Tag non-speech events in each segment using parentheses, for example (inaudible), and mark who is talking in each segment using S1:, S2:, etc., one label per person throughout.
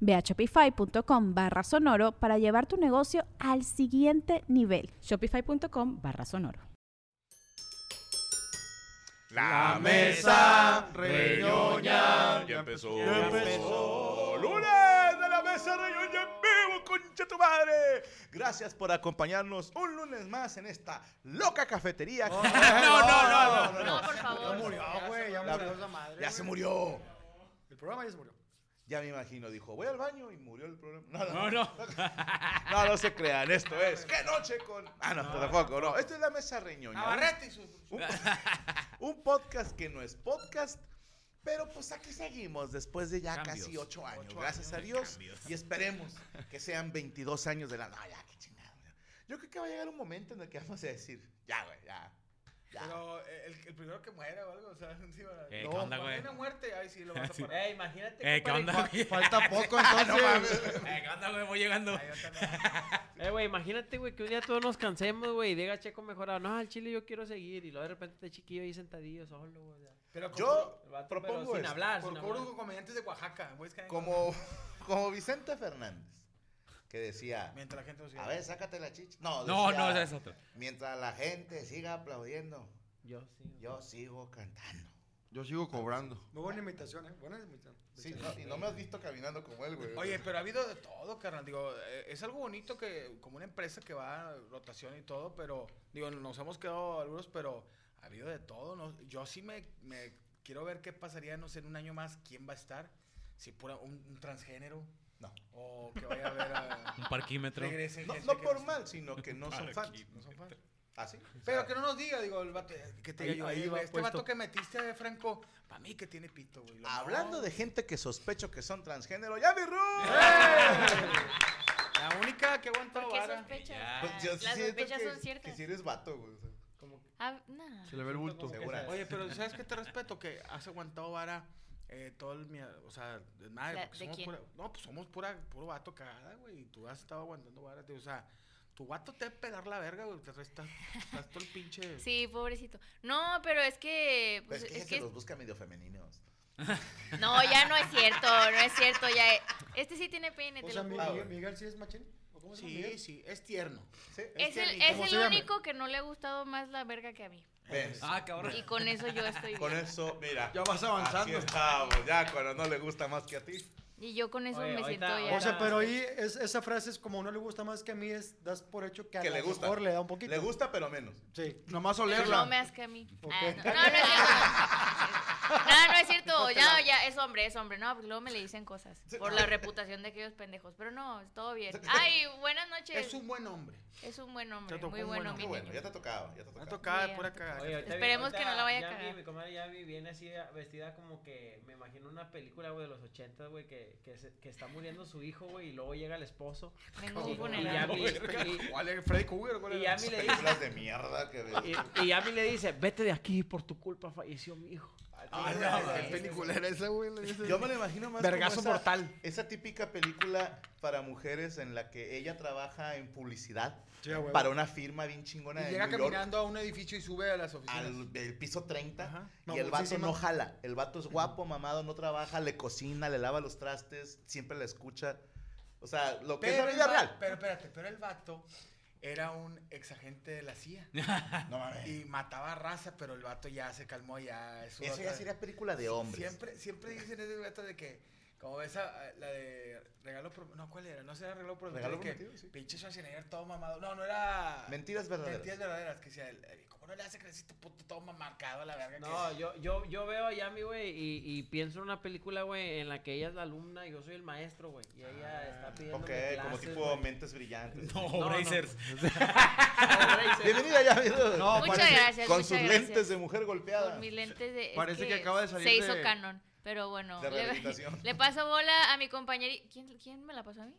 S1: Ve a shopify.com barra sonoro para llevar tu negocio al siguiente nivel.
S2: Shopify.com barra sonoro.
S3: La mesa reñoña ya empezó. Ya empezó. Lunes de la mesa reñoña en vivo, concha tu madre. Gracias por acompañarnos un lunes más en esta loca cafetería. (laughs)
S4: (laughs) No, no, no, no.
S5: No, por favor.
S6: Ya murió, güey, ya murió esa madre.
S3: Ya se murió.
S6: El programa ya se murió.
S3: Ya me imagino, dijo, voy al baño y murió el programa. No, no,
S4: No, no.
S3: (laughs) no, no se crean, esto es. ¿Qué noche con.? Ah, no, tampoco, no. Esto es la mesa reñoña.
S6: Navarrete y su.
S3: Un, un podcast que no es podcast, pero pues aquí seguimos después de ya
S4: Cambios.
S3: casi ocho años,
S6: Ocho
S3: gracias a
S6: años de
S3: Dios.
S4: cambios.
S3: Y esperemos que sean 22 años de la... No, ya, qué chingada. Yo creo que va a llegar un momento en el que vamos a decir, ya, güey, ya. ya.
S6: Pero eh, el, el primero que muera o algo, o sea, (laughs) encima.
S4: Eh,
S6: no,
S4: ¿qué onda,
S6: cuando
S4: güey?
S6: hay una muerte, ahí sí lo vas
S4: (laughs) (laughs)
S6: a
S4: Sí.
S6: parar.
S5: imagínate.
S4: Eh, ¿qué onda,
S3: (laughs)
S4: güey?
S6: Falta poco,
S3: Ah, no mames.
S4: Eh, ¿Qué onda, güey? Voy llegando.
S5: Eh, güey, imagínate, güey, que un día todos nos cansemos, güey, y diga Checo mejorado. No, al chile yo quiero seguir. Y luego de repente este chiquillo ahí sentadillo solo, güey. o sea,
S6: Pero como,
S3: Yo
S5: el vato,
S3: propongo
S5: pero sin
S3: esto,
S5: hablar, sin
S6: Por
S5: hablar.
S6: coro comediantes de Oaxaca, güeyes que-
S3: como, como Vicente Fernández, que decía,
S6: Mientras la gente nos sigue.
S3: a ver, sácate la chicha. No,
S4: No,
S3: decía,
S4: no, ese es otro.
S3: Mientras la gente siga aplaudiendo,
S5: Yo sí.
S3: yo sigo cantando.
S7: Yo sigo cobrando.
S6: Muy buena imitación, ¿eh? Buena imitación.
S3: Sí, no, y no me has visto caminando como él, güey.
S6: Oye, pero ha habido de todo, carnal. Digo, eh, es algo bonito que, como una empresa que va a rotación y todo, pero, digo, nos hemos quedado algunos, pero ha habido de todo. ¿no? Yo sí me, me quiero ver qué pasaría, no sé, en un año más, quién va a estar. Si pura un, un transgénero.
S3: No.
S6: O que vaya a ver
S4: (laughs) Un
S6: a.
S4: parquímetro.
S6: regrese
S3: No,
S6: gente
S3: no
S6: que
S3: por
S6: está-
S3: mal, sino que no son fans. Ah,
S6: No son fan.
S3: Así.
S6: Pero que no nos diga, digo, el vato, eh, que te
S5: Ahí-
S6: diga yo,
S5: ahí
S6: "Ey,
S5: va
S6: güey, este
S5: puesto.
S6: vato que metiste, Franco, para mí que tiene pito, güey. Lo-
S3: Hablando de gente que sospecho que son transgénero, ¡ya mi Ruth!
S6: (laughs) (laughs) La única que aguanta
S8: ¿Por qué
S6: vara.
S8: sospechas?
S4: Pues
S3: yo sí
S8: Las
S3: siento
S8: sospechas
S3: que-
S8: son ciertas.
S3: Que si eres vato, güey. o sea,
S8: Ah, nah.
S7: Se le ve el bulto.
S3: Segura.
S6: Oye, pero ¿sabes qué te respeto? Que has aguantado vara eh, todo el mía, o sea, de
S8: La-
S6: madre, porque
S8: ¿de
S6: somos
S8: quién?
S6: pura, no, pues somos pura, puro vato cagada, güey, y tú has estado aguantando vara, tío, o sea, tu vato te va a pegar la verga, güey, te resta, estás todo el pinche...
S8: Sí, pobrecito. No, pero es que.
S3: Pero
S8: pues,
S3: es que,
S8: es
S3: se
S8: que-
S3: los busca medio femeninos.
S8: No, ya no es cierto, no es cierto. ya e- Este sí tiene pene,
S9: Pues
S8: te lo juro.
S3: juro.
S6: sí es machín, ¿cómo se llama? Sí, sí, es tierno.
S3: Sí,
S8: Es el,
S3: tiernito.
S8: es
S6: ¿cómo
S8: el
S6: se llama?
S8: único que no le ha gustado más la verga que a mí.
S3: ¿Ves?
S4: Ah, cabrón.
S8: Y con eso yo estoy
S3: Con
S8: bien.
S3: eso, mira.
S7: Ya vas
S3: Así
S7: avanzando.
S3: estamos, ya cuando no le gusta más que a ti.
S8: Y yo con eso
S5: Oye,
S8: me
S5: ahorita-
S8: siento ya.
S5: O sea,
S8: no.
S9: Pero ahí es- esa frase es como no le gusta más que a mí, es das por hecho que a
S3: Que le
S9: lo
S3: gusta.
S9: mejor le da un poquito.
S3: Le gusta, pero menos.
S9: Sí.
S7: Nomás
S8: Pero no me
S7: olerla.
S8: hagas que a mí. Ah, no, no, no es cierto. No, no es cierto. Ya, ya, es hombre, es hombre. No, porque luego me le dicen cosas. Por la reputación de aquellos pendejos. Pero no, todo bien. Ay, buenas noches.
S6: Es un buen hombre.
S8: Es un buen hombre,
S6: Te tocó
S8: muy
S6: un
S8: buen
S6: buen
S3: Qué
S8: hombre.
S3: Ah, bueno, ya te tocaba, ya te
S6: Me
S3: tocaba.
S6: ha tocado de
S8: Bien.
S6: pura cagada.
S5: Oye, ahorita vi-
S8: Esperemos que no la vaya a
S5: Yami,
S8: cagar.
S5: Mi comadre Yami viene así ah, vestida como que me imagino una película, güey, de los 80, güey, que, que, se- que está muriendo su hijo, güey, y luego llega el esposo.
S8: Vengo de
S5: Y-
S8: un
S5: y
S8: funeral.
S5: Yami- y-
S6: ¿Cuál es Freddy Cougar? ¿Cuál
S5: y
S6: era?
S5: Yami le dice,
S3: Películas de mierda que ves. Ah,
S5: Y, y Yami le dice, vete de aquí, por tu culpa falleció mi hijo.
S6: Ah, no, qué película era esa, güey. Le dice-
S3: Yo me lo imagino más
S6: Vergazo
S3: como esa-
S6: mortal.
S3: Esa típica película para mujeres en la que ella trabaja en publicidad
S9: Sí, a huevo.
S3: para una firma bien chingona
S6: Y
S3: de
S6: llega
S3: New York
S6: caminando a un edificio y sube a las oficinas.
S3: al del piso 30
S6: Ajá.
S3: y el vato
S9: Mamoncísima.
S3: no jala. El vato es guapo, mamado, no trabaja, le cocina, le lava los trastes, siempre la escucha. O sea, lo que es la
S6: el
S3: vida
S6: va-
S3: real.
S6: Pero espérate, pero el vato era un ex agente de la CIA
S3: No mames.
S6: Ah, y mataba a raza, pero el vato ya se calmó, ya es un
S3: Eso ya
S6: vato-
S3: sería película de hombres.
S6: Siempre, siempre dicen ese vato de que Como esa, eh, la de regalo prometido. No, ¿cuál era? No sé, era regalo prometido.
S3: Regalo
S6: de que
S3: prometido, sí.
S6: Pinche Schwarzenegger todo mamado. No, no era.
S3: Mentiras verdaderas.
S6: Mentiras verdaderas. Que decía, el- eh, ¿cómo no le hace crecer este puto todo mamarcado a la verga?
S5: No,
S6: que-
S5: yo, yo, yo veo a Yami, güey, y, y pienso en una película, güey, en la que ella es la alumna y yo soy el maestro, güey. Y ella está pidiendo.
S3: Ah, Ok, como tipo mentes brillantes.
S4: No, Brazers.
S3: (laughs)
S5: Ah,
S3: Bienvenida ya, amigo.
S9: No,
S8: Muchas
S9: parece-
S8: gracias.
S3: Con
S8: muchas
S3: sus
S8: gracias.
S3: lentes de mujer golpeada.
S8: Con mis lentes de. es
S9: Parece que acaba de
S8: Se
S9: salir
S8: hizo
S9: de-
S8: canon. Pero bueno.
S3: De
S8: le,
S3: rehabilitación.
S8: (laughs) le paso bola a mi compañerito. ¿Quién, ¿Quién me la pasó a mí?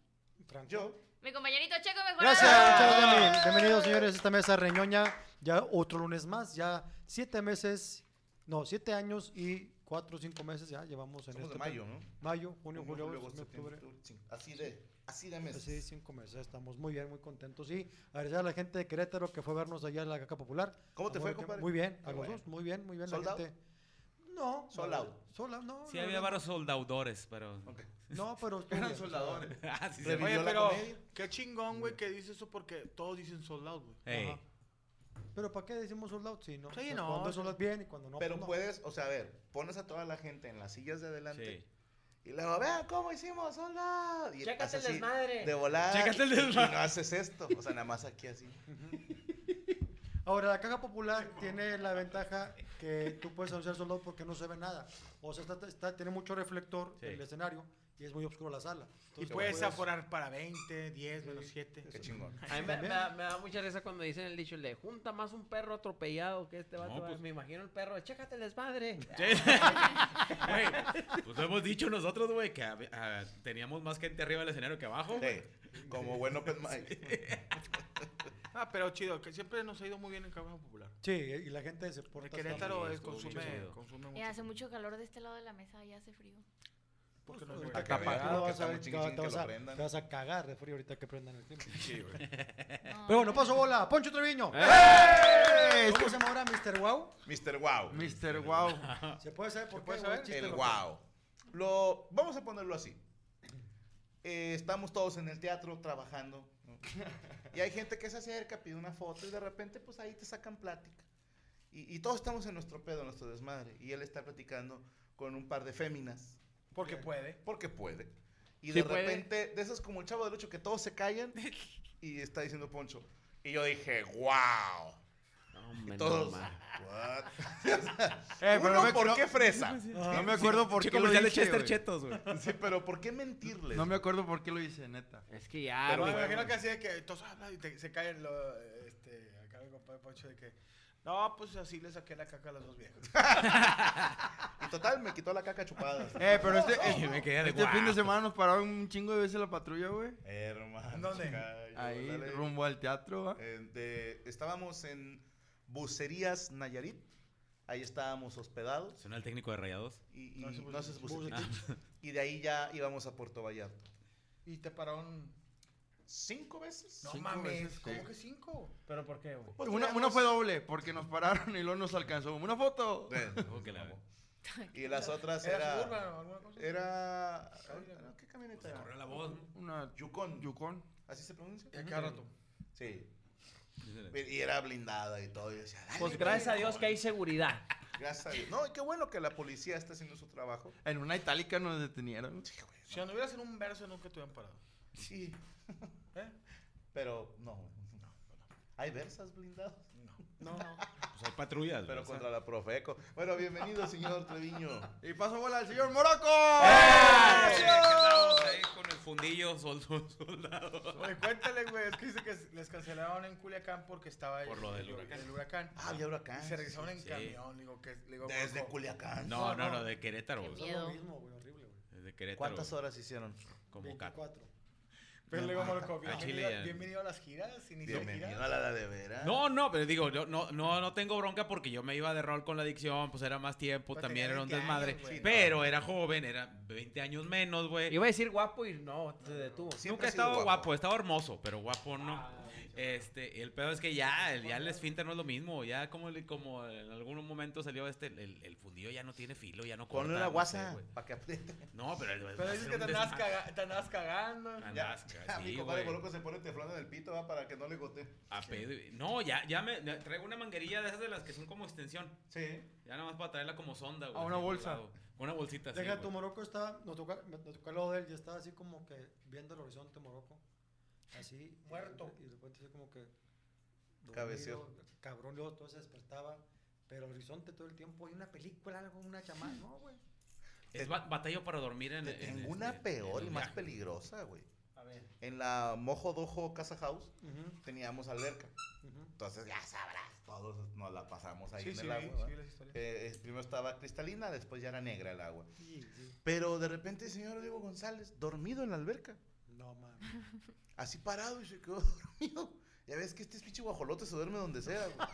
S3: Yo.
S8: Mi compañerito Checo Mejorado.
S9: Gracias, muchas gracias, Yami. Bienvenidos, señores, a esta mesa reñoña. Ya otro lunes más, ya siete meses, no, siete años y cuatro o cinco meses ya llevamos en
S3: Somos de
S9: este
S3: mayo, ¿no?
S9: tema. Mayo, junio,
S3: Junio,
S9: julio,
S3: julio,
S9: agosto,
S3: septiembre,
S9: septiembre,
S3: octubre, chin- Así de, así de meses.
S9: Así cinco meses, estamos muy bien, muy contentos. Y agradecer a la gente de Querétaro que fue a vernos allá en la Caca Popular.
S3: ¿Cómo te
S9: A
S3: fue,
S9: ver qué-
S3: compadre?
S9: Muy bien,
S3: Qué
S9: a los
S3: bueno.
S9: dos, muy bien, muy bien. La
S3: ¿Sold out?
S9: gente. No.
S3: Sold
S9: la-
S3: out.
S9: Sold out, no.
S4: Sí,
S9: la
S4: había
S9: verdad,
S4: varios soldaudores, pero.
S3: Ok.
S9: No, pero. estuvo
S3: (laughs) Eran
S9: bien,
S3: soldadores.
S4: (laughs) Ah, sí, se
S3: Revivió
S4: ve.
S6: Oye,
S3: la
S6: pero
S3: comedia.
S6: qué chingón, güey, que dice eso porque todos dicen sold out, güey.
S4: Ey.
S9: Ajá. Pero ¿para qué decimos sold out? Sí, no.
S6: Sí,
S9: O sea,
S6: no,
S9: Cuando
S6: sí.
S9: es sold out bien y cuando no.
S3: Pero
S9: pues no.
S3: puedes, o sea, a ver, pones a toda la gente en las sillas de adelante
S4: Sí.
S3: y luego, vean cómo hicimos, hola. Y
S5: Chécate
S3: haces
S5: el
S3: así,
S5: desmadre.
S3: De volada.
S4: Chécate el
S3: y- y
S4: desmadre.
S3: no haces esto. O sea, nada más aquí así. (laughs)
S9: Ahora, la caja popular tiene la ventaja que tú puedes anunciar sold out porque no se ve nada. O sea, está, está- tiene mucho reflector
S4: Sí.
S9: el escenario y es muy oscuro la sala.
S6: Y
S9: Entonces,
S6: puedes aforar para 20, 10, menos 7.
S3: Qué chingón.
S5: A mí me, me da, me da mucha risa cuando dicen el dicho, le junta más un perro atropellado que este vato.
S4: pues-
S5: Me imagino el perro, chécate el desmadre.
S3: (laughs)
S4: (laughs) Güey, pues lo hemos dicho nosotros, güey, que hab- ah, teníamos más gente arriba del escenario que abajo.
S3: Sí, como buen open mic.
S6: Ah, pero chido, que siempre nos ha ido muy bien en Caja Popular.
S9: Sí, y la gente se porta.
S6: En Querétaro
S4: bien,
S6: eh,
S4: estuvo bien
S6: consume,
S4: chido.
S6: consume
S8: Eh,
S6: mucho.
S8: hace mucho calor de este lado de la mesa, ya hace frío.
S6: Porque no es
S9: Ahorita
S6: muy-
S9: que
S3: vean,
S9: apagado
S3: que
S9: vas a
S3: estamos
S9: ver, te
S3: chingui, chingui, que
S9: vas
S3: lo
S9: a-
S3: prendan.
S9: te vas a cagar de frío ahorita que prendan el clima.
S3: Sí, güey.
S8: No,
S9: Pero bueno, pues, paso bola. Poncho Treviño.
S6: ¡Eh!
S9: ¡Ey! ¿Cómo se llama ahora Mr. Wow?
S3: Mr. Wow.
S9: Mr.
S6: (laughs)
S9: Wow. ¿Se puede saber por
S6: ¿Se
S9: qué?
S6: puede
S9: güey?
S6: saber?
S9: Chiste
S3: El
S9: local.
S3: wow. Lo, vamos a ponerlo así. Eh, estamos todos en el teatro trabajando. ¿no? Y hay gente que se acerca, pide una foto y de repente pues ahí te sacan plática. Y, y todos estamos en nuestro pedo, en nuestro desmadre. Y él está platicando con un par de féminas.
S6: Porque puede.
S3: Porque puede. Y
S5: Sí
S3: de
S5: puede.
S3: repente, de esas como el chavo del 8 que todos se
S5: (laughs)
S3: callan y está diciendo Poncho. Y yo dije, wow.
S5: No, hombre, no,
S3: Todos.
S5: ma.
S3: "What?"
S9: (laughs) Eh, pero
S3: Uno,
S9: no me-
S3: ¿por
S9: no-
S3: qué fresa?
S9: (laughs) No me acuerdo por
S4: Che
S9: qué lo
S4: comercial de
S9: hice.
S4: Chester
S9: güey.
S4: Chetos, güey.
S3: Sí, pero ¿por qué mentirles?
S9: No me acuerdo por qué lo hice, neta.
S5: Es que ya,
S3: Pero
S6: Pero me
S5: güey.
S3: bueno.
S6: imagino que así de que todos hablan y te- se caen los, este, acá mi compadre Poncho de que, no, pues así le saqué la caca a los dos viejos.
S3: Y total, me quitó la caca chupada.
S6: (laughs)
S7: Eh, pero este,
S4: Y
S7: este,
S4: (laughs) me quedé de
S7: este fin de
S4: guau.
S7: semana nos pararon un chingo de veces la patrulla, güey.
S3: Hermano.
S6: ¿Dónde?
S3: cayó,
S7: Ahí,
S3: dale.
S7: rumbo al teatro, ¿va?
S3: Eh, de- estábamos en Bucerías Nayarit. Ahí estábamos hospedados.
S4: Suena el técnico de rayados.
S3: Y, y-
S6: No, ese
S3: no,
S6: Bucerías. Ah.
S3: ese es Bucerías. (laughs) y de ahí ya íbamos a Puerto Vallarta.
S6: Y te pararon.
S3: ¿Cinco veces? Pues
S6: No
S7: Cinco
S6: mames,
S7: veces,
S6: ¿cómo
S7: güey.
S6: que cinco?
S5: Pero ¿por qué, güey?
S6: pues,
S7: Una, una fue doble, porque nos pararon y luego nos alcanzó. ¡Una foto!
S3: Eh,
S6: (laughs)
S4: Oh, que la-
S3: mamó. Y las otras
S6: ¿Era
S3: era...
S6: suburban o alguna cosa?
S3: Era...
S6: Cabina.
S3: no, ¿Qué camioneta
S4: Se corrió
S3: era?
S4: la voz.
S7: Una
S3: Yukon.
S7: Yukon.
S3: ¿Así se pronuncia?
S6: Ya cada rato.
S3: Sí. Y era blindada y todo. Y yo decía, "Dale,
S5: Pues gracias a
S3: dale".
S5: Dios que hay seguridad.
S3: (laughs) Gracias a Dios. No, y qué bueno que la policía está haciendo su trabajo.
S7: En una itálica nos detenieron.
S6: Si anduvieras en un verso nunca te
S7: (laughs)
S6: hubieran parado.
S3: (laughs) Sí.
S6: ¿Eh?
S3: Pero no. no. ¿Hay versas blindados?
S6: No.
S4: Pues hay patrullas,
S3: Pero
S4: güey,
S3: contra la Profeco. Bueno, bienvenido, señor Treviño. ¡Eh!
S7: Y paso bola al señor Morocco.
S4: Ah, sí, que andamos ahí con el fundillo sol- sol- soldado.
S6: Oye, cuéntale, güey, es que dice que les cancelaron en Culiacán porque estaba
S4: Por
S6: el-
S4: lo del
S6: el-
S4: huracán.
S6: el huracán.
S3: Ah, había huracán.
S6: Y se regresaron en
S4: Sí.
S6: camión, digo que digo,
S3: Desde
S6: Coco,
S3: Culiacán.
S4: No, no, no, de Querétaro,
S8: Qué
S4: güey.
S9: Es lo
S8: Miedo.
S9: mismo, güey, horrible, güey.
S4: De Querétaro.
S3: ¿Cuántas horas hicieron?
S4: Como ca-
S9: 24.
S6: Pero luego Morocco,
S4: Al Chile
S6: bienvenido,
S4: ya.
S6: bienvenido a las giras, inicio
S3: Bienvenido
S6: giras.
S3: a la de veras.
S4: No, no, pero digo, yo no, no, no tengo bronca porque yo me iba de rol con la adicción, pues era más tiempo,
S6: Pues
S4: también
S6: tenía
S4: era un
S6: 20
S4: desmadre.
S6: años, güey.
S4: pero era joven, era 20 años menos, güey.
S5: Iba a decir guapo y no, se detuvo.
S3: Siempre
S4: Nunca
S3: he
S4: he
S3: sido
S4: estado guapo.
S3: guapo,
S4: he estado hermoso, pero guapo no. Este, el pedo es que ya, el, ya el esfínter no es lo mismo. Ya como, le- como en algún momento salió este, el, el fundillo ya no tiene filo, ya no corta.
S3: Ponle una
S4: no sé,
S3: guasa
S4: güey.
S3: para que apriete.
S4: No, pero... el- va
S6: Pero
S4: a
S6: dices
S4: ser
S6: que
S4: un
S6: te andabas,
S4: desmadre.
S6: caga- te andabas cagando.
S4: Andabas,
S3: Ya,
S4: sí,
S3: (laughs) mi compadre
S4: güey.
S3: Boloco se pone teflón en el pito va, para que no le gote.
S4: A pedo y- No, ya, ya me, me traigo una manguerilla de esas de las que son como extensión.
S3: Sí.
S4: Ya nada más para traerla como sonda, güey.
S7: A una
S4: así,
S7: bolsa.
S4: lado. Una bolsita, sí,
S9: Deja
S4: güey.
S9: tu Morocco está, nos toca, me, nos tocó al lado de él y estaba así como que viendo el horizonte Morocco. Así.
S6: Muerto.
S9: Y de repente así como que. dormido,
S3: Cabeceó.
S9: Cabrón, luego todo se despertaba. Pero el horizonte todo el tiempo. Hay una película, algo, una llamada. No, güey.
S4: Es ba- batalla para dormir en...
S3: Te
S4: en-
S3: tengo
S4: en-
S3: una
S4: en-
S3: peor
S4: en
S3: y
S4: un
S3: más
S4: viaje.
S3: peligrosa, güey.
S6: A ver.
S3: En la Mojo Dojo Casa House
S9: Ujú,
S3: teníamos alberca.
S9: ujú.
S3: Entonces ya sabrás, todos nos la pasamos ahí
S6: Sí,
S3: en
S6: sí,
S3: el
S6: vi-
S3: agua. ¿verdad?
S6: sí vi las historias.
S3: Eh, es- primero estaba cristalina, después ya era negra el agua.
S9: Sí, sí.
S3: Pero de repente el señor Diego González, dormido en la alberca,
S9: No mames.
S3: así parado y se quedó (laughs) dormido. Ya ves que este pinche guajolote se duerme donde sea, güey.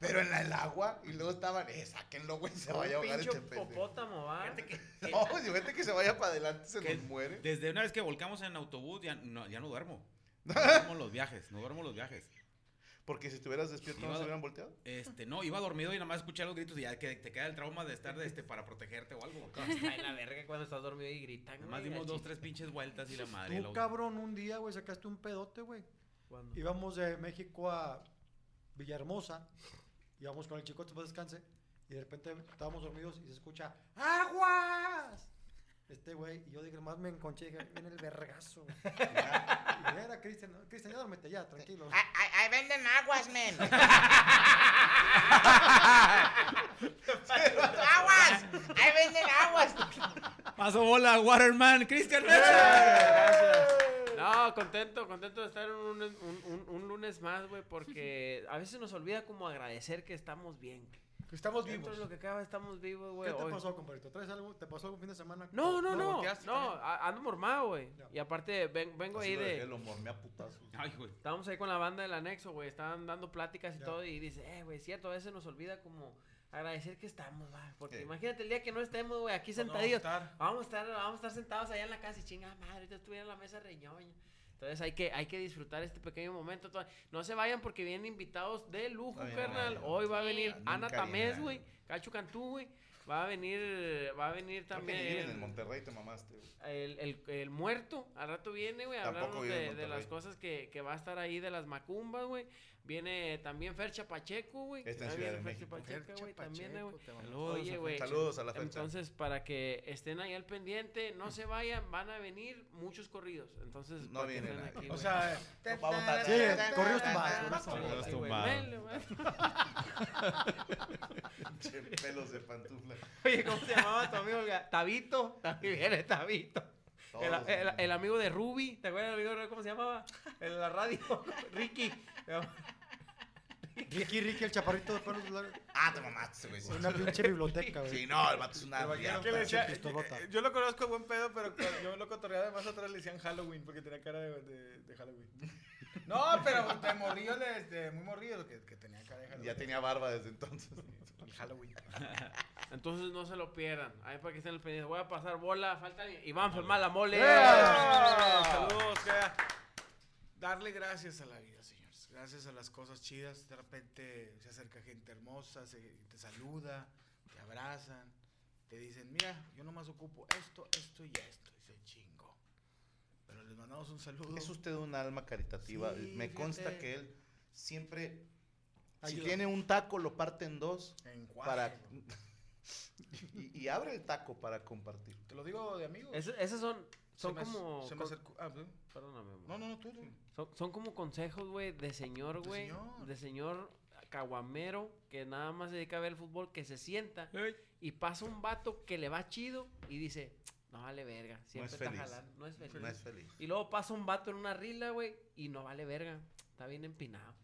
S3: Pero en la- el agua, y luego estaban, eh, sáquenlo, güey, se vaya a ahogar
S5: pinche
S3: este pendejo.
S5: popótamo, va.
S4: Fíjate que- que-
S3: (laughs) No, si vete que se vaya para adelante, se
S4: que
S3: nos muere.
S4: Desde una vez que volcamos en autobús, ya no, ya no duermo. No duermo los viajes, no duermo los viajes.
S3: Porque si estuvieras despierto,
S4: Iba-
S3: ¿no se hubieran volteado?
S4: Este, no, iba dormido y nada más escuché los gritos y ya que te queda el trauma de estar este, para protegerte o algo. güey.
S5: Está en la verga cuando estás dormido y gritan.
S4: Nada más
S5: güey,
S4: dimos
S5: la
S4: dos,
S5: chi-
S4: tres pinches vueltas y la madre. y
S9: Tú,
S4: luego- (laughs)
S9: cabrón, un día, güey, sacaste un pedote, güey.
S5: Cuando-
S9: Íbamos de México a Villahermosa, íbamos con el chico después descanse, y de repente estábamos dormidos y se escucha ¡Aguas! Este güey, y yo dije, más me enconché, dije, viene el vergazo. güey". y era Cristian, "No, Cristian, ya duérmete ya, tranquilo.
S10: Ahí venden aguas,
S6: (laughs)
S10: men. aguas. Ahí venden aguas.
S4: Paso bola, Waterman, Cristian.
S5: No, contento, contento de estar en un, un- un- un lunes más, güey, porque a veces nos olvida como agradecer que estamos bien.
S6: Que Estamos
S5: Dentro
S6: vivos.
S5: de lo que acaba, estamos vivos, güey.
S9: ¿Qué te
S5: hoy.
S9: pasó, compadrito? ¿Traes algo? ¿Te pasó algún fin de semana?
S5: No, no,
S6: ¿Lo
S5: no.
S6: volteaste
S5: No,
S6: también?
S5: a- ando mormado, güey.
S9: Ya.
S5: Y aparte, ven- vengo
S3: Así
S5: ahí
S3: lo
S5: de.
S3: dejé, lo mormé a putazos.
S4: Ay, güey.
S5: Estábamos ahí con la banda del anexo, güey. Estaban dando pláticas y
S9: Ya.
S5: todo. Y dice, eh, güey, cierto, a veces nos olvida como agradecer que estamos, va. Porque
S3: Sí.
S5: imagínate el día que no estemos, güey, aquí
S6: No, no,
S5: sentadillos.
S6: estar.
S5: Vamos a estar, vamos a estar sentados allá en la casa y chinga madre, ahorita estuviera en la mesa reñoña. Entonces hay que, hay que disfrutar este pequeño momento. to- No se vayan porque vienen invitados de lujo,
S3: No viene
S5: carnal.
S3: nadie.
S5: Hoy va a
S8: Sí.
S5: venir
S3: Nunca
S5: Ana
S3: viene
S5: Tamés,
S3: nadie.
S5: güey. Cacho Cantú, güey. Va a venir, va a venir
S3: Creo que
S5: también.
S3: ni viven en Monterrey te mamaste. güey.
S5: El, el- el muerto, al rato viene, güey, a
S3: Tampoco
S5: hablarnos
S3: vive en
S5: de, de las
S3: Monterrey.
S5: cosas que, que va a estar ahí, de las macumbas, güey. Viene también Fercha Pacheco, güey.
S3: Está en
S5: Ah,
S3: Ciudad
S5: viene
S3: de
S5: Fercha
S3: México.
S5: Pacheco,
S6: Fercha
S5: güey, también, eh, güey.
S6: Pacheco, te mamás.
S5: Saludos Oye, a güey.
S3: Saludos a la fecha.
S5: Pues, Entonces, para que estén ahí al pendiente, no se vayan, van a venir muchos corridos. Entonces,
S3: No
S5: para que
S3: viene
S5: estén
S3: nadie.
S5: aquí,
S6: O
S5: güey.
S6: sea,
S3: Nos vamos a-
S9: Sí, corridos tumbados,
S4: corridos
S5: Sí, güey,
S4: tumbados.
S5: vele, güey.
S3: Che, pelos de pantufla.
S5: Oye, ¿cómo se llamaba tu amigo? Tabito. También viene Tabito. El,
S3: Todos,
S5: el-
S3: güey.
S5: el amigo de Ruby, ¿te acuerdas del amigo de Ruby? ¿Cómo se llamaba? En la radio, (laughs) Ricky.
S9: Ricky, Ricky, el chaparrito de pelos largos.
S3: Ah, te mamaste, güey. Sí,
S9: Una pinche biblioteca, güey.
S3: Sí, no, el vato es una.
S6: El vaquero
S3: riata.
S6: que le decía- eh,
S9: Pinche pistolota.
S6: yo lo conozco buen pedo, pero cuando yo lo cotorreaba de más atrás le decían Halloween, porque tenía cara de, de- de Halloween. (laughs) No, pero de morrillo, le- de muy morrillo, que, que tenía cara de Halloween.
S3: Ya tenía barba desde entonces.
S6: El Halloween.
S5: Entonces no se lo pierdan. Ahí para que estén al pendiente. Voy a pasar bola. Falta Iván Fermán la mole.
S6: ¡Eh! Saludos, sea, Darle gracias a la vida, señores. Gracias a las cosas chidas. De repente se acerca gente hermosa, se, te saluda, te abrazan, te dicen, mira, yo nomás ocupo esto, esto y esto. Y se chingo. Pero les mandamos un saludo.
S3: (laughs) Es usted un alma caritativa.
S6: Sí,
S3: Me consta
S6: fíjate.
S3: que él siempre. Si
S9: Ayuda.
S3: tiene un taco, lo parte en dos.
S6: En cuatro.
S3: Para. (laughs) Y, y abre el taco para compartir.
S6: Te lo digo de amigo.
S5: Es- esas son,
S6: Se
S5: son
S6: me ac-
S5: como.
S6: se me
S5: con-
S6: acercó- ah, perdón.
S5: perdóname, amor.
S6: no, no, no, tú. tú.
S5: Son, son como consejos, güey, de señor,
S6: De
S5: güey.
S6: señor.
S5: De señor caguamero que nada más se dedica a ver el fútbol, que se sienta y pasa un vato que le va chido y dice, no vale verga. Siempre está
S3: feliz.
S5: jalando. No es feliz.
S3: No es feliz.
S5: Y luego pasa un vato en una rila, güey, y no vale verga. Está bien empinado.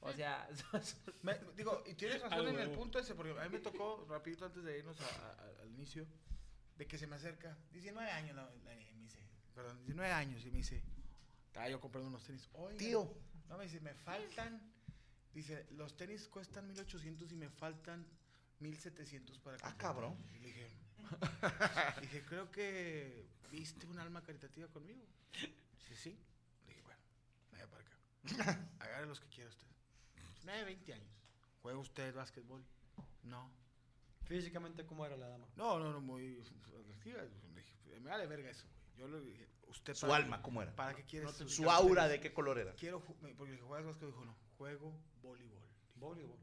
S5: O sea, (laughs) son- son-
S6: Me- digo, y tienes
S4: Ah,
S6: razón en el
S4: huevo.
S6: punto ese, porque a mí me tocó, rapidito antes de irnos a- a- a- al inicio, de que se me acerca, 19 años la, la niña, y me dice, perdón, 19 años, y me dice, estaba yo comprando unos tenis, oye,
S3: Tío.
S6: no, me dice, me faltan, dice, los tenis cuestan 1800 y me faltan 1700 para
S3: Ah,
S6: completar".
S3: cabrón.
S6: Y le dije, (laughs) dije, creo que viste un alma caritativa conmigo. Sí, sí. Le dije, bueno, me voy para acá.
S3: (laughs)
S6: Agarre los que quiera usted. Es Una de 20 años. ¿Juega usted básquetbol? No.
S9: Físicamente, ¿cómo era la dama?
S6: No, no, no, muy agresiva. Dije, Me vale verga eso, güey. Yo le dije, usted
S3: Su
S6: para-
S3: alma, ¿cómo era?
S6: ¿Para qué quieres?
S3: Su
S6: dedicarse a
S3: aura,
S6: eso?
S3: ¿de qué color era?
S6: Quiero, ju- me- porque le dije, ¿juegas básquet? Dijo, no, juego voleibol.
S9: Voleibol.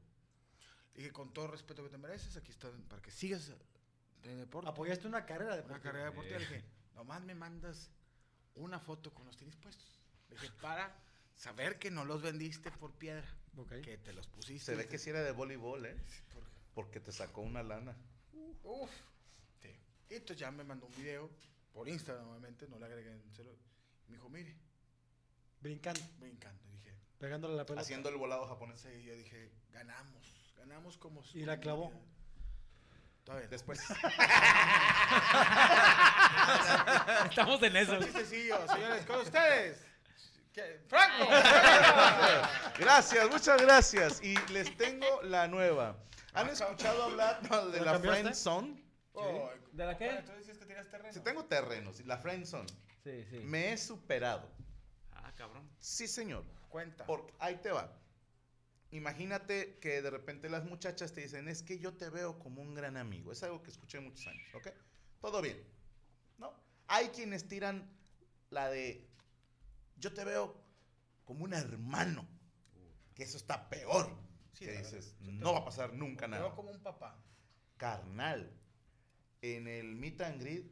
S6: Le dije, con todo el respeto que te mereces, aquí está para que sigas en el deporte.
S9: Apoyaste una carrera deportiva.
S6: Una carrera deportiva.
S9: Eh.
S6: Le
S9: (laughs)
S6: dije, nomás me mandas una foto con los tenis puestos. Le dije, para saber que no los vendiste por piedra. Que te los pusiste.
S3: Se ve que si era de voleibol, ¿eh? Porque te sacó una lana.
S6: Uf. Sí. Y entonces ya me mandó un video por Instagram nuevamente, no le agregué en celo. Me dijo, mire.
S9: Brincando.
S6: Brincando. Y dije,
S9: Pegándole la pelota.
S3: Haciendo el volado japonés.
S6: Sí, yo dije, ganamos. Ganamos como.
S9: Y la clavó.
S6: Todavía no.
S3: Después.
S4: Estamos en eso.
S6: Un chistecillo, señores, con ustedes. ¿Qué? ¡Franco!
S3: (laughs) Gracias, muchas gracias. Y les tengo la nueva. ¿Han escuchado hablar no, de
S6: ¿La
S3: la
S6: Ah, cambiaste?
S3: Friend Zone?
S6: Oh,
S5: ¿De la qué?
S6: Tú decías que tenías terreno.
S3: Si tengo terrenos, la Friend Zone.
S5: Sí, sí.
S3: Me he superado.
S4: Ah, cabrón.
S3: Sí, señor.
S6: Cuenta.
S3: Porque ahí te va. Imagínate que de repente las muchachas te dicen, es que yo te veo como un gran amigo. Es algo que escuché muchos años, ¿ok? Todo bien. ¿No? Hay quienes tiran la de, yo te veo como un hermano. Que eso está peor.
S6: Sí,
S3: que
S6: la
S3: dices,
S6: verdad, yo te
S3: no va
S6: veo-
S3: a pasar nunca
S6: te
S3: nada.
S6: veo como un papá.
S3: Carnal, en el meet and greet,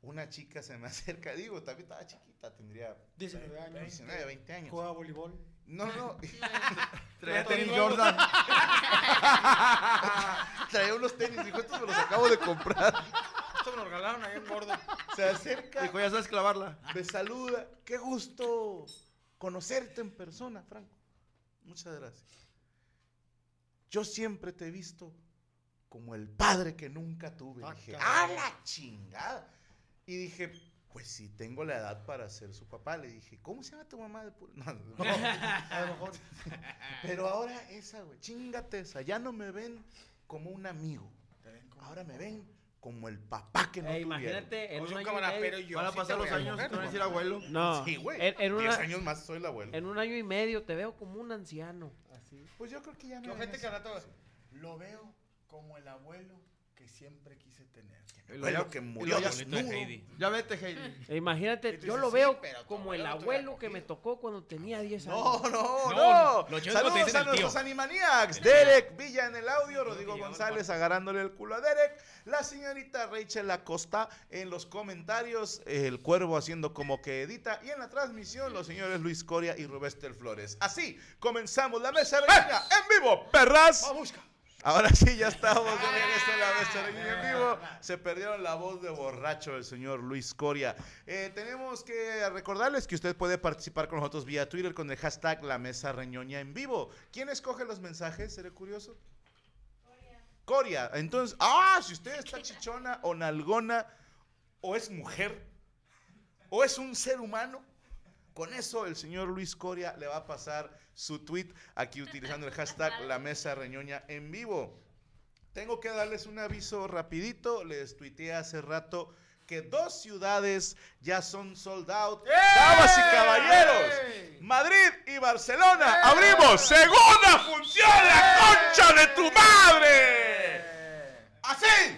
S3: una chica se me (laughs) acerca, digo, también estaba chiquita, tendría
S9: 19 años.
S3: 19, 20 años.
S9: Jugaba voleibol.
S3: No,
S6: (laughs)
S3: no,
S7: Traía
S3: Traía
S7: tenis
S3: todo nuevo.
S7: Jordan.
S3: Traía unos tenis, dijo, estos me los acabo de comprar.
S6: Esto me lo regalaron ahí en gordo.
S3: Se acerca,
S7: Dijo, ya sabes clavarla.
S3: me saluda. Qué gusto conocerte en persona, Franco. Muchas gracias. Yo siempre te he visto como el padre que nunca tuve.
S9: Ah,
S3: dije, ¡ah,
S9: caray.
S3: la chingada! Y dije, pues sí, tengo la edad para ser su papá. Le dije, ¿cómo se llama tu mamá? De pu-?" (laughs) No, no.
S9: (laughs) A lo mejor.
S3: Pero ahora esa, güey, chingate esa. Ya no me ven como un amigo.
S6: Te ven como-
S3: Ahora me ven como el papá que no
S5: Eh,
S3: tuvieron.
S5: imagínate, en
S6: Como si
S5: un
S6: un
S5: año y
S6: camarapero
S5: medio.
S6: y yo.
S7: Van a
S6: sí te
S7: pasar
S6: voy
S7: los años,
S6: coger,
S7: te van a
S6: mamá.
S7: decir "Ah, abuelo.
S5: No.
S3: Sí, güey.
S5: En, en
S3: 10
S5: una-
S3: años más soy el abuelo.
S5: en un año y medio te veo como un
S6: (laughs)
S5: anciano. Así.
S3: Pues yo creo que ya
S6: Que
S3: no.
S6: ojete que al rato, Lo veo como el abuelo que siempre quise tener.
S3: Bueno, que murió
S7: y lo-
S4: Bonito de
S3: desnudo.
S4: Heidi.
S7: Ya vete, Heidi.
S5: E
S6: Y
S5: Imagínate,
S6: tú
S5: yo
S6: dices,
S5: lo
S6: sí,
S5: veo
S6: pero tu
S5: como el
S6: abuelo te hubiera
S5: abuelo que me
S6: cogido.
S5: tocó cuando tenía 10 años.
S3: No, no,
S4: No,
S3: no.
S4: lo chido es cuando te
S3: Saludos
S4: dicen
S3: a
S4: el
S3: nuestros
S4: tío.
S3: animaniacs. Derek Villa en el audio, Rodrigo
S4: llegaba al
S3: González agarrándole el culo a Derek. La señorita Rachel Acosta en los comentarios. El cuervo haciendo como que edita. Y en la transmisión, los señores Luis Coria y Rubester Flores. Así comenzamos la mesa reñoña en vivo, perras.
S6: ¡Babusca!
S3: Ahora sí, ya estamos de regreso a la Bestia Reñoña en vivo. Se perdieron la voz de borracho del señor Luis Coria. Eh, tenemos que recordarles que usted puede participar con nosotros vía Twitter con el hashtag La Mesa Reñoña en vivo. ¿Quién escoge los mensajes? ¿Seré curioso? Coria. Coria. Entonces, ah, si usted está chichona o nalgona o es mujer o es un ser humano. Con eso el señor Luis Coria le va a pasar su tweet aquí utilizando el hashtag La Mesa Reñoña en vivo. Tengo que darles un aviso rapidito. Les tuiteé hace rato que dos ciudades ya son sold out. Damas y caballeros, Madrid y Barcelona, abrimos segunda función, la concha de tu madre.
S6: Eh.
S3: Así,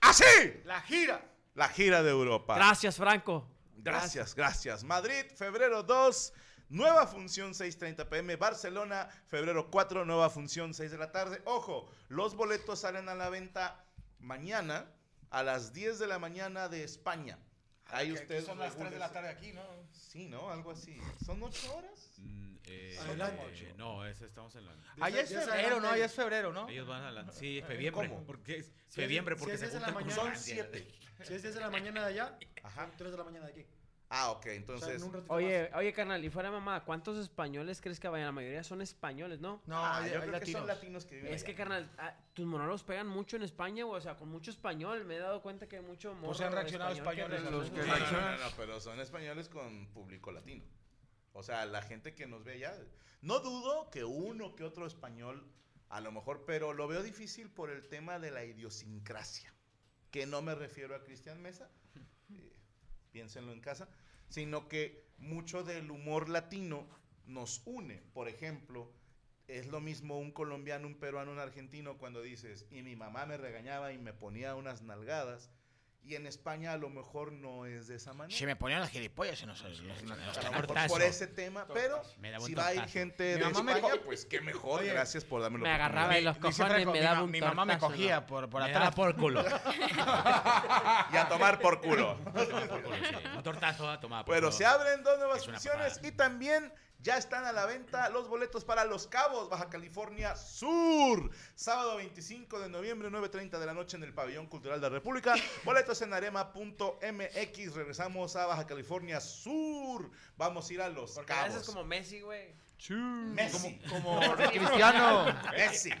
S3: así,
S6: La gira.
S3: la gira de Europa.
S5: Gracias, Franco.
S3: Gracias, gracias. Madrid, febrero 2, nueva función 6.30 pm. Barcelona, febrero 4, nueva función 6 de la tarde. Ojo, los boletos salen a la venta mañana a las 10 de la mañana de España. Ahí
S6: Ah, Que aquí
S3: ustedes
S6: Son las 3 de la
S3: regúlense.
S6: tarde aquí, ¿no?
S3: Sí, ¿no? Algo así. ¿Son 8 horas?
S4: Mm, eh,
S9: Adelante.
S4: eh, no, ese estamos en la.
S6: Allá es
S9: Ya se
S6: febrero, ¿no?
S9: adelanta.
S6: Allá es febrero, ¿no?
S4: Ellos van a la. Sí, febriebre.
S3: ¿Cómo?
S4: Porque es
S9: Si
S4: febriebre,
S9: es- si
S4: porque
S9: es
S4: se
S9: desde la
S4: juntan con
S9: mañana-
S3: Son
S4: Francia.
S3: 7.
S9: Si es 10 de la mañana de allá,
S3: Ajá.
S9: son 3 de la mañana de aquí.
S3: Ah, ok,
S9: O sea,
S3: entonces.
S9: en un
S6: Pues,
S9: ratito
S5: Oye,
S9: más.
S5: oye, carnal, y fuera de mamá, ¿cuántos españoles crees que vayan? La mayoría son españoles, ¿no?
S6: No,
S3: Ah, yo
S6: hay, hay
S3: creo que
S6: latinos.
S3: son latinos que viven
S5: Es que,
S3: allá.
S5: carnal, ah, tus monólogos pegan mucho en España, güey. O sea, con mucho español. Me he dado cuenta que hay mucho morro
S3: Pues,
S6: han reaccionado
S5: español que
S6: españoles
S5: reacciona.
S7: los que
S3: Sí,
S7: reaccionan.
S3: no, no, no, pero son españoles con público latino. O sea, la gente que nos ve allá. No dudo que uno que otro español, a lo mejor, pero lo veo difícil por el tema de la idiosincrasia. Que no me refiero a Cristian Mesa, eh, piénsenlo en casa, sino que mucho del humor latino nos une. Por ejemplo, es lo mismo un colombiano, un peruano, un argentino cuando dices, y mi mamá me regañaba y me ponía unas nalgadas. Y en España a lo mejor no es de esa manera.
S11: Se me ponían las gilipollas en los, en los- en los
S3: A lo mejor
S11: tortazos.
S3: por ese tema, pero
S11: Me daba un
S3: si va a ir
S11: tortazo.
S3: gente
S11: Mi
S3: de
S11: mamá me
S3: España,
S11: co-
S3: pues qué mejor.
S11: Oye,
S3: Gracias por darme la
S11: me agarraba
S3: oportunidad.
S11: de los Dice cojones y Franco, me mi daba ma- un mi mamá me tortazo, cogía ¿no? por- por Me atrás. daba por
S6: (laughs)
S11: culo. (laughs)
S3: y a tomar por culo.
S11: (laughs) Un tortazo a tomar.
S3: Bueno, se abren dos nuevas
S11: Es una
S3: funciones y también ya están a la venta los boletos para Los Cabos, Baja California Sur. Sábado 25 de noviembre, 9.30 de la noche en el Pabellón Cultural de la República.
S11: (laughs)
S3: Boletos en arema.mx. Regresamos a Baja California Sur. Vamos a ir a Los
S5: Cada vez es
S3: Cabos.
S5: como Messi, güey.
S3: Messi.
S5: Como-
S3: (laughs)
S5: como Cristiano.
S3: Messi. Eh,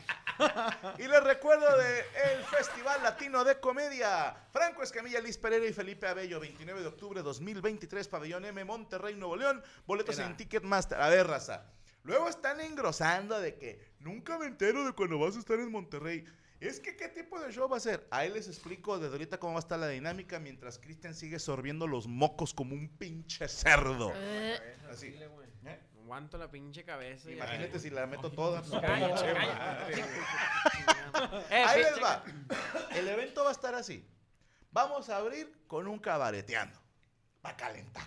S3: Y les recuerdo de el Festival Latino de Comedia. Franco Escamilla, Liz Pereira y Felipe Abello, 29 de octubre de 2023, Pabellón M, Monterrey, Nuevo León. Boletos en Ticketmaster. A ver, raza. Luego están engrosando de que nunca me entero de cuando vas a estar en Monterrey. Es que, ¿qué tipo de show va a ser? Ahí les explico desde ahorita cómo va a estar la dinámica mientras Cristian sigue sorbiendo los mocos como un pinche cerdo.
S8: Eh,
S5: Así. Aguanto la pinche cabeza. y-
S3: Imagínate
S5: Ay.
S3: si la meto toda.
S5: No, cállate, cállate. Eh,
S3: Ahí les
S5: pinche-
S3: va. El evento va a estar así. Vamos a abrir con un cabareteando. Va a calentar.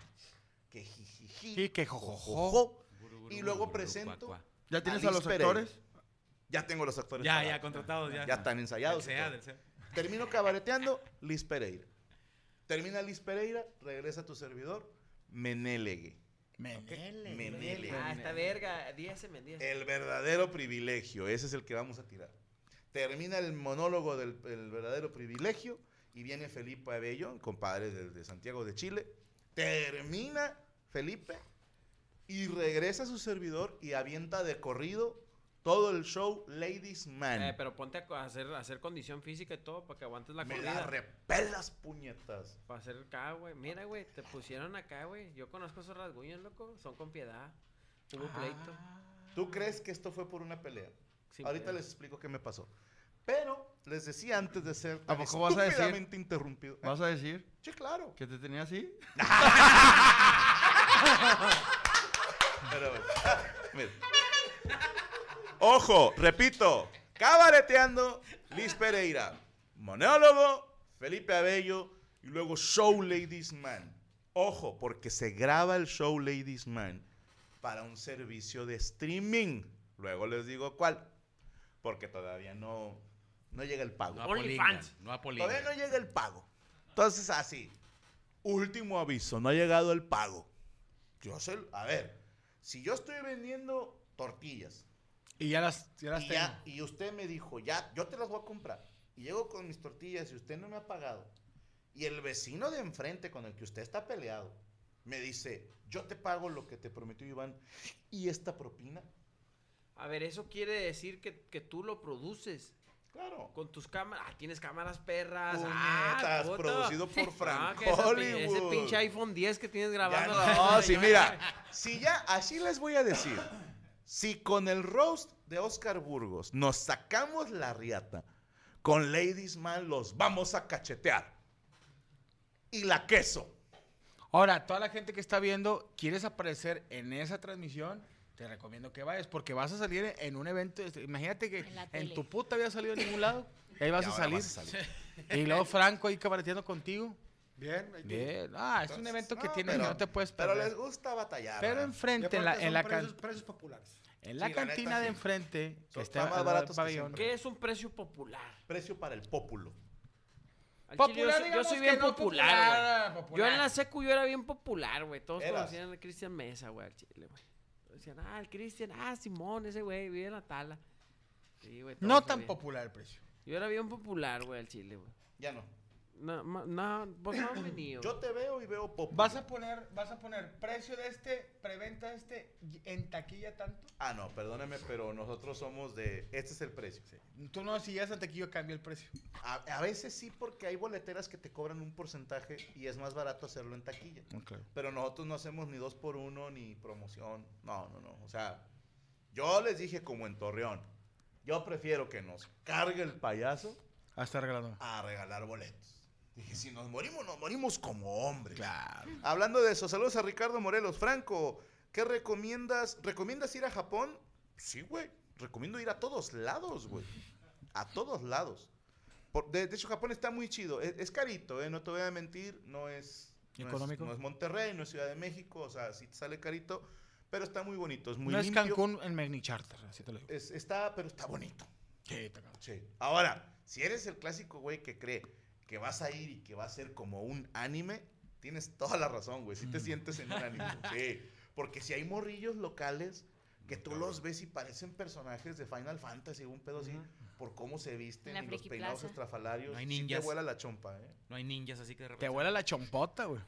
S3: Que jijiji.
S11: Sí, que
S3: jojojo. Y luego presento.
S7: ¿Ya tienes a
S3: Liz
S7: los
S3: Pereira.
S7: actores?
S3: Ya tengo los actores.
S4: Ya,
S3: pagados.
S4: ya, contratados, ya.
S3: Ya están ensayados.
S4: Del
S3: y
S4: CEA,
S3: todo.
S4: del CEA.
S3: Termino cabareteando, Liz Pereira. Termina Liz Pereira, regresa tu servidor, Menélegue.
S11: Menele.
S3: Menele.
S5: Ah, esta verga. 10 me 10.
S3: El verdadero privilegio, ese es el que vamos a tirar. Termina el monólogo del el verdadero privilegio y viene Felipe Abello, compadre de, de Santiago de Chile. Termina Felipe y regresa a su servidor y avienta de corrido todo el show Ladies Man.
S5: Eh, pero ponte a co- a hacer, a hacer condición física y todo para que aguantes la
S3: Me
S5: corrida.
S3: la repelas, puñetas.
S5: Para hacer acá, güey. Mira, güey, te pusieron acá, güey. Yo conozco esos rasguños, loco. Son con piedad. Hubo
S3: Ah.
S5: pleito.
S3: ¿Tú crees que esto fue por una pelea?
S5: Sí,
S7: pues.
S3: Ahorita
S5: pelea.
S3: les explico qué me pasó. Pero les decía antes de ser
S7: ¿A
S3: tan
S7: poco vas a decir?
S3: estúpidamente interrumpido. ¿Eh?
S7: ¿Vas a decir?
S3: Sí, claro.
S7: ¿Que te tenía así?
S3: Pero (laughs) bueno. Mira. Ojo, repito. Cabareteando, Liz Pereira. Monólogo, Felipe Abello. Y luego Show Ladies Man. Ojo, porque se graba el Show Ladies Man para un servicio de streaming. Luego les digo cuál. Porque todavía no, no llega el pago.
S11: No apolingan. No apolingan.
S3: Todavía no llega el pago. Entonces, así. Último aviso, no ha llegado el pago. Yo sé, a ver, si yo estoy vendiendo tortillas
S11: Y ya las, ya las
S3: y, ya-
S11: tengo.
S3: y usted me dijo, ya, yo te las voy a comprar. Y llego con mis tortillas y usted no me ha pagado. Y el vecino de enfrente con el que usted está peleado me dice, yo te pago lo que te prometió Iván y esta propina.
S5: A ver, eso quiere decir que, que tú lo produces.
S3: Claro.
S5: Con tus cámaras. Ah, tienes cámaras perras. ah,
S3: Puñetas,
S5: puta.
S3: producido por
S5: (laughs) Ah,
S3: Frank
S5: que esa pi- Ese
S3: Hollywood.
S5: pinche iPhone 10 que tienes grabando.
S3: Ya
S5: la-
S3: no,
S5: la-
S3: si
S5: la-
S3: mira, si ya, así les voy a decir. Si con el roast de Oscar Burgos nos sacamos la riata, con Ladies Man los vamos a cachetear. Y la queso.
S11: Ahora, toda la gente que está viendo, ¿quieres aparecer en esa transmisión? Te recomiendo que vayas, porque vas a salir en un evento. este, Imagínate que en,
S8: tele.
S11: tu puta había salido en ningún lado. Y ahí vas,
S3: Y
S11: a
S3: ahora
S11: salir.
S3: vas a salir.
S11: (laughs) Y luego Franco ahí cabareteando contigo.
S9: Bien, ahí tiene.
S11: Bien. Ah, es un
S3: Entonces,
S11: evento que
S3: no,
S11: tiene
S3: pero-
S11: que no te puedes
S3: Pero
S11: perder. Pero,
S3: les gusta batallar. ¿eh? ¿verdad?
S9: Y
S11: enfrente, en la,
S9: aparte
S11: en la,
S9: son
S11: can-
S9: precios, precios populares.
S11: en la
S3: Sí, la neta,
S11: cantina de
S3: sí.
S11: enfrente,
S3: Son
S11: que está
S3: más
S11: al lado del
S3: baratos que
S11: pabellón.
S3: siempre.
S5: ¿Qué es un precio popular?
S3: Precio para el pópulo.
S5: Al
S11: Popular,
S5: chile, yo soy- yo,
S11: digamos
S5: soy
S11: que
S5: bien
S11: no
S5: popular,
S11: popular,
S5: güey. Yo
S11: popular.
S5: en la secu yo era bien popular, güey. Todos
S3: Eras.
S5: conocían a Cristian Mesa, güey, al chile, güey. Todos Decían, ah, el Cristian, ah, Simón, ese güey, vive en la tala. Sí, güey,
S11: No
S5: todos
S11: tan
S5: sabían.
S11: popular el precio.
S5: Yo era bien popular, güey, al chile, güey.
S3: Ya no.
S5: No, ma- no, vos no
S3: (clears throat)
S5: has venido.
S3: Yo te veo y veo pópulo.
S11: Vas a poner, vas a poner precio de este, preventa de este, y- en taquilla tanto.
S3: Ah, no, perdóname, pero nosotros somos de. Este es el precio.
S11: Tú no, si llegas a taquilla cambia el precio.
S3: A, a veces sí, porque hay boleteras que te cobran un porcentaje y es más barato hacerlo en taquilla. Pero nosotros no hacemos ni dos por uno ni promoción. No, no, no. O sea, yo les dije como en Torreón, yo prefiero que nos cargue el payaso
S11: Ah, está regalado.
S3: a regalar boletos. Dije, si nos morimos, nos morimos como hombres.
S11: Claro.
S3: Hablando de eso, saludos a Ricardo Morelos Franco. ¿Qué recomiendas? ¿Recomiendas ir a Japón? Sí, güey. Recomiendo ir a todos lados, güey. A todos lados. Por- de, de hecho, Japón está muy chido. Es, es carito, ¿eh? No te voy a mentir. No es... no es-
S11: ¿Económico?
S3: No es, Monterrey, no es Ciudad de México. O sea, sí te sale carito. Pero está muy bonito. Es muy
S11: no
S3: limpio.
S11: es Cancún en Magni Charter, así te lo digo.
S3: Es- está, pero está bonito.
S11: Sí, está cabrón.
S3: Sí. Ahora, si eres el clásico güey que cree que vas a ir y que va a ser como un anime, tienes toda la razón, güey. Si
S4: Mm.
S3: te sientes en un
S4: (laughs)
S3: anime. Sí. Porque si hay morrillos locales que
S4: Mm,
S3: tú los ves y parecen personajes de Final Fantasy, un pedo así, por cómo se visten
S8: La
S3: y los
S8: Friki
S3: peinados
S8: Plaza.
S3: estrafalarios.
S4: No hay
S3: sí te
S4: ninjas.
S3: vuela la chompa, ¿eh?
S4: No hay ninjas así que de repente.
S11: Te vuela la chompota, güey.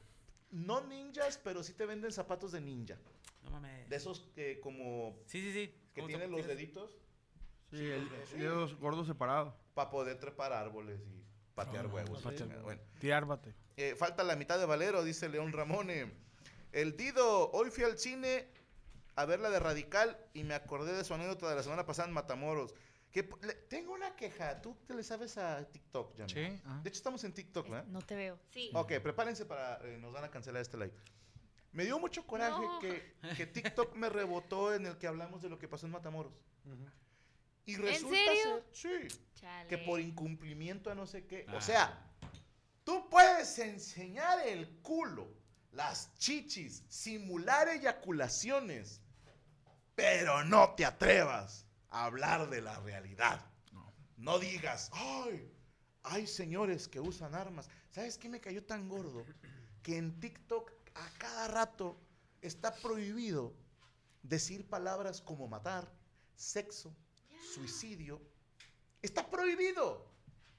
S3: No ninjas, pero sí te venden zapatos de ninja.
S4: No mames.
S3: De esos que como...
S4: Sí, sí, sí.
S3: Que
S4: ¿Cómo
S3: tienen
S4: son?
S3: los
S4: ¿Tienes?
S3: deditos.
S7: Sí, el,
S3: Sí.
S7: dedos gordos separados.
S3: Para poder trepar árboles y
S4: Ah,
S3: patear huevos.
S7: no, patear
S3: Sí,
S7: huevos.
S3: Bueno.
S11: Tirar bate.
S3: Eh, falta la mitad de Valero, dice León Ramone. El Dido, hoy fui al cine a ver la de Radical y me acordé de su anécdota de la semana pasada en Matamoros. Que, p- le- tengo una queja, tú te le sabes a TikTok, ya.
S11: Sí, ah.
S3: De hecho, estamos en TikTok, ¿verdad?
S8: No te veo. Sí.
S3: Ok, prepárense para. eh, nos van a cancelar este live. Me dio mucho coraje
S8: No.
S3: que, que TikTok me rebotó en el que hablamos de lo que pasó en Matamoros. Y resulta
S8: serio?
S3: ser. Sí
S8: Chale.
S3: que por incumplimiento a no sé qué.
S4: Ah.
S3: O sea, tú puedes enseñar el culo, las chichis, simular eyaculaciones, pero no te atrevas a hablar de la realidad. No, digas, ay, hay señores que usan armas. ¿Sabes qué me cayó tan gordo? Que en TikTok a cada rato está prohibido decir palabras como matar, sexo, suicidio, Está prohibido.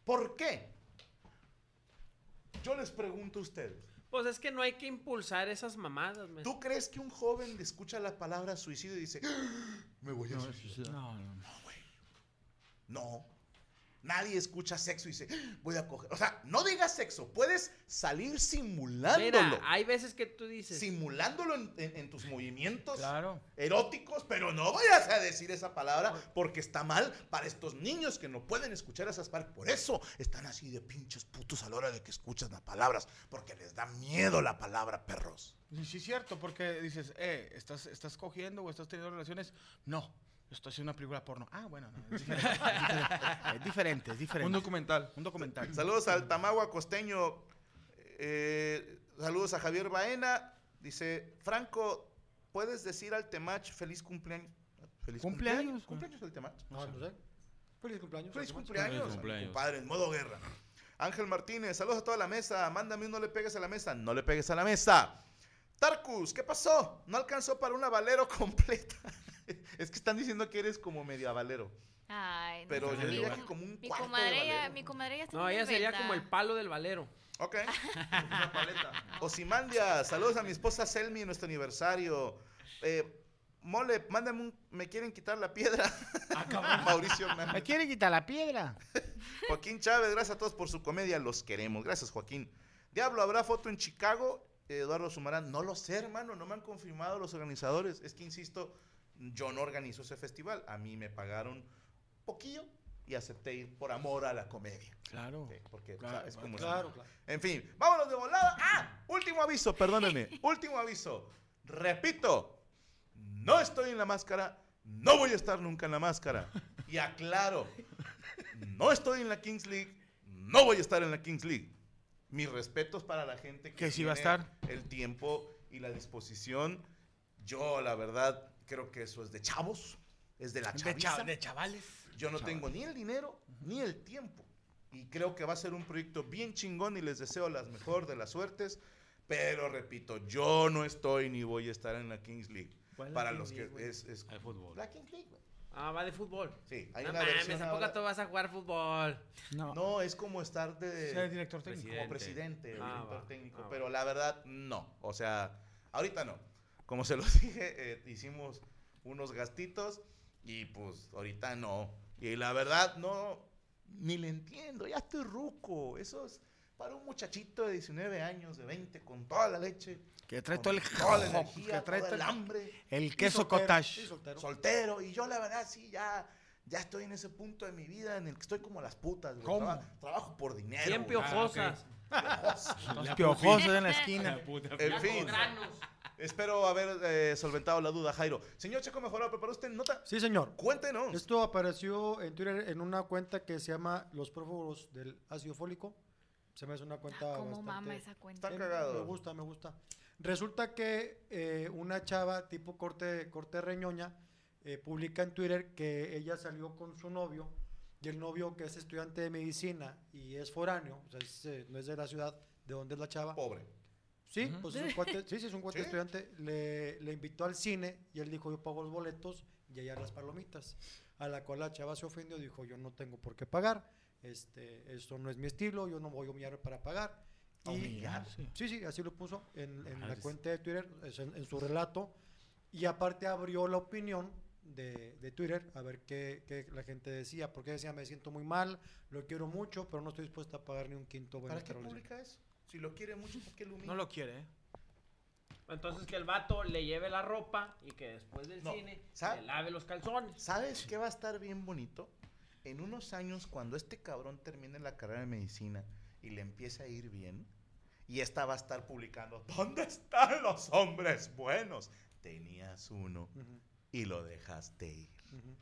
S3: ¿Por qué? Yo les pregunto a ustedes.
S5: Pues es que no hay que impulsar esas mamadas, men.
S3: ¿Tú crees que un joven le escucha la palabra suicidio y dice, "Ah, me voy a suicidar?
S11: No, no, no.
S3: No. Nadie escucha sexo y dice, "Ah, voy a coger. O sea, no digas sexo. Puedes salir simulándolo.
S5: Mira, hay veces que tú dices.
S3: Simulándolo en, en- en tus movimientos
S11: Claro.
S3: eróticos, pero no vayas a decir esa palabra porque está mal para estos niños que no pueden escuchar esas palabras. Por eso están así de pinches putos a la hora de que escuchan las palabras, porque les da miedo la palabra perros.
S11: Sí, sí, es cierto, porque dices, eh, ¿estás, estás cogiendo o estás teniendo relaciones? No, estoy haciendo una película porno. Ah, bueno, no, (laughs) es diferente. es diferente, es diferente.
S7: Un documental.
S11: Un documental.
S3: Saludos al Tamagua Costeño. Eh, saludos a Javier Baena. Dice, Franco, ¿puedes decir al Temach feliz cumpleaños? Feliz
S11: Cumpleaños, güey.
S3: ¿Cumpleaños del Temach?
S9: No, no sé. Feliz cumpleaños.
S3: Feliz
S9: además.
S3: cumpleaños,
S4: Feliz
S3: a mi
S4: cumpleaños.
S3: compadre, en modo guerra. Ángel Martínez, saludos a toda la mesa. Mándame un no le pegues a la mesa. No le pegues a la mesa. Tarkus, ¿qué pasó? No alcanzó para una valero (laughs) completa. es que están diciendo que eres como medio valero.
S8: Ay, no,
S3: Pero
S8: mi
S3: yo diría
S8: com-
S3: que como un
S8: mi
S3: cuarto de
S8: comadre, ya,
S3: Valero.
S8: mi comadre ya está
S5: No,
S8: muy
S5: ella sería
S8: venta.
S5: como el palo del valero.
S3: Ok. Osimandia, saludos a mi esposa Selmi en nuestro aniversario. Eh, mole, mándame un. Me quieren quitar la piedra. (laughs) Mauricio Hernández.
S11: Me quiere quitar la piedra.
S3: Joaquín Chávez, gracias a todos por su comedia, los queremos. Gracias, Joaquín. Diablo, ¿habrá foto en Chicago? Eduardo Sumarán, no lo sé, hermano, no me han confirmado los organizadores. Es que, insisto, yo no organizo ese festival. A mí me pagaron poquillo y acepté ir por amor a la comedia.
S11: Claro.
S3: Sí, Porque
S11: Claro,
S3: ¿sabes cómo es?
S9: Claro, claro.
S3: En fin, vámonos de volada. ¡Ah! Último aviso, perdónenme. último aviso. Repito, no estoy en la máscara, no voy a estar nunca en la máscara. Y aclaro, no estoy en la Kings League, no voy a estar en la Kings League. Mis respetos para la gente que,
S11: Que sí va a
S3: tiene
S11: estar.
S3: El tiempo y la disposición. Yo, la verdad, creo que eso es de chavos. Es de la
S11: De,
S3: chaviza.
S11: cha- de chavales.
S3: Yo no tengo ni el dinero ni el tiempo. Y creo que va a ser un proyecto bien chingón y les deseo las mejor de las suertes. Pero repito, yo no estoy ni voy a estar en la Kings League.
S5: ¿Cuál es la
S3: Para
S5: Kings
S3: los que
S5: League, güey?
S3: es, es-
S4: Hay fútbol.
S3: la Kings League. güey.
S5: Ah, va de fútbol.
S3: Sí, hay
S5: no
S3: una
S5: mames,
S3: versión
S5: tampoco
S3: ahora-
S5: tú vas a jugar fútbol.
S11: No.
S3: No, es como estar de
S11: Ser director técnico.
S3: como presidente, o
S5: Ah,
S3: director
S5: va.
S3: técnico,
S5: Ah, va.
S3: pero la verdad no, o sea, ahorita no. Como se los (laughs) dije, eh, hicimos unos gastitos y pues ahorita no. Y la verdad no ni le entiendo, ya estoy ruco, eso es para un muchachito de 19 años, de 20 con toda la leche,
S11: Que trae
S3: con
S11: todo el
S3: toda la
S11: que
S3: energía,
S11: trae
S3: todo el
S11: todo el,
S3: hambre
S11: el
S9: Y
S11: queso
S9: soltero,
S11: cottage.
S9: y soltero.
S3: soltero. Y yo, la verdad, sí, ya, ya estoy en ese punto de mi vida en el que estoy como las putas, güey.
S11: ¿Cómo?
S3: Traba- trabajo por dinero. (laughs)
S5: Bien
S3: güey.
S5: piojosas.
S11: Los piojosas en la esquina.
S4: La puta.
S3: En fin. Espero haber eh, solventado la duda, Jairo. Señor Checo Mejorado, ¿preparó usted nota?
S9: Sí, señor.
S3: Cuéntenos.
S9: Esto apareció en Twitter en una cuenta que se llama Los Prófugos del Ácido Fólico. Se me hace una
S11: Ah,
S8: ¿Cómo
S9: cuenta. bastante-
S8: Ah, mama esa cuenta?
S3: Está cagado.
S9: Eh, Me gusta, me gusta. Resulta que eh, una chava tipo corte, corte reñoña eh, publica en Twitter que ella salió con su novio y el novio que es estudiante de medicina y es foráneo, o sea, es, eh, no es de la ciudad de donde es la chava.
S3: Pobre.
S9: Sí,
S3: Ujú.
S9: pues es un cuate, sí, sí, es un cuate
S3: Sí.
S9: estudiante. Le, le invitó al cine y él dijo, yo pago los boletos y ella las palomitas. A la cual la chava se ofendió, dijo, yo no tengo por qué pagar, este, esto no es mi estilo, yo no voy a humillar para pagar.
S3: A humillarse.
S9: Sí, sí, así lo puso en, en la
S3: Madres.
S9: cuenta de Twitter, es en, en su relato. Y aparte abrió la opinión de, de Twitter a ver qué, qué la gente decía, porque decía, me siento muy mal, lo quiero mucho, pero no estoy dispuesta a pagar ni un quinto.
S3: (laughs)
S9: bueno,
S3: ¿Para qué
S9: esta relación".
S3: publica eso? Si lo quiere mucho, ¿por qué lo humilla?
S11: No lo quiere, ¿eh?
S5: Entonces que el vato le lleve la ropa y que después del
S3: No,
S5: cine
S3: ¿sabe?
S5: le lave los calzones.
S3: ¿Sabes qué va a estar bien bonito? En unos años, cuando este cabrón termine la carrera de medicina y le empiece a ir bien, y esta va a estar publicando, ¿dónde están los hombres buenos? Tenías uno y lo dejaste ir.
S9: Ujú.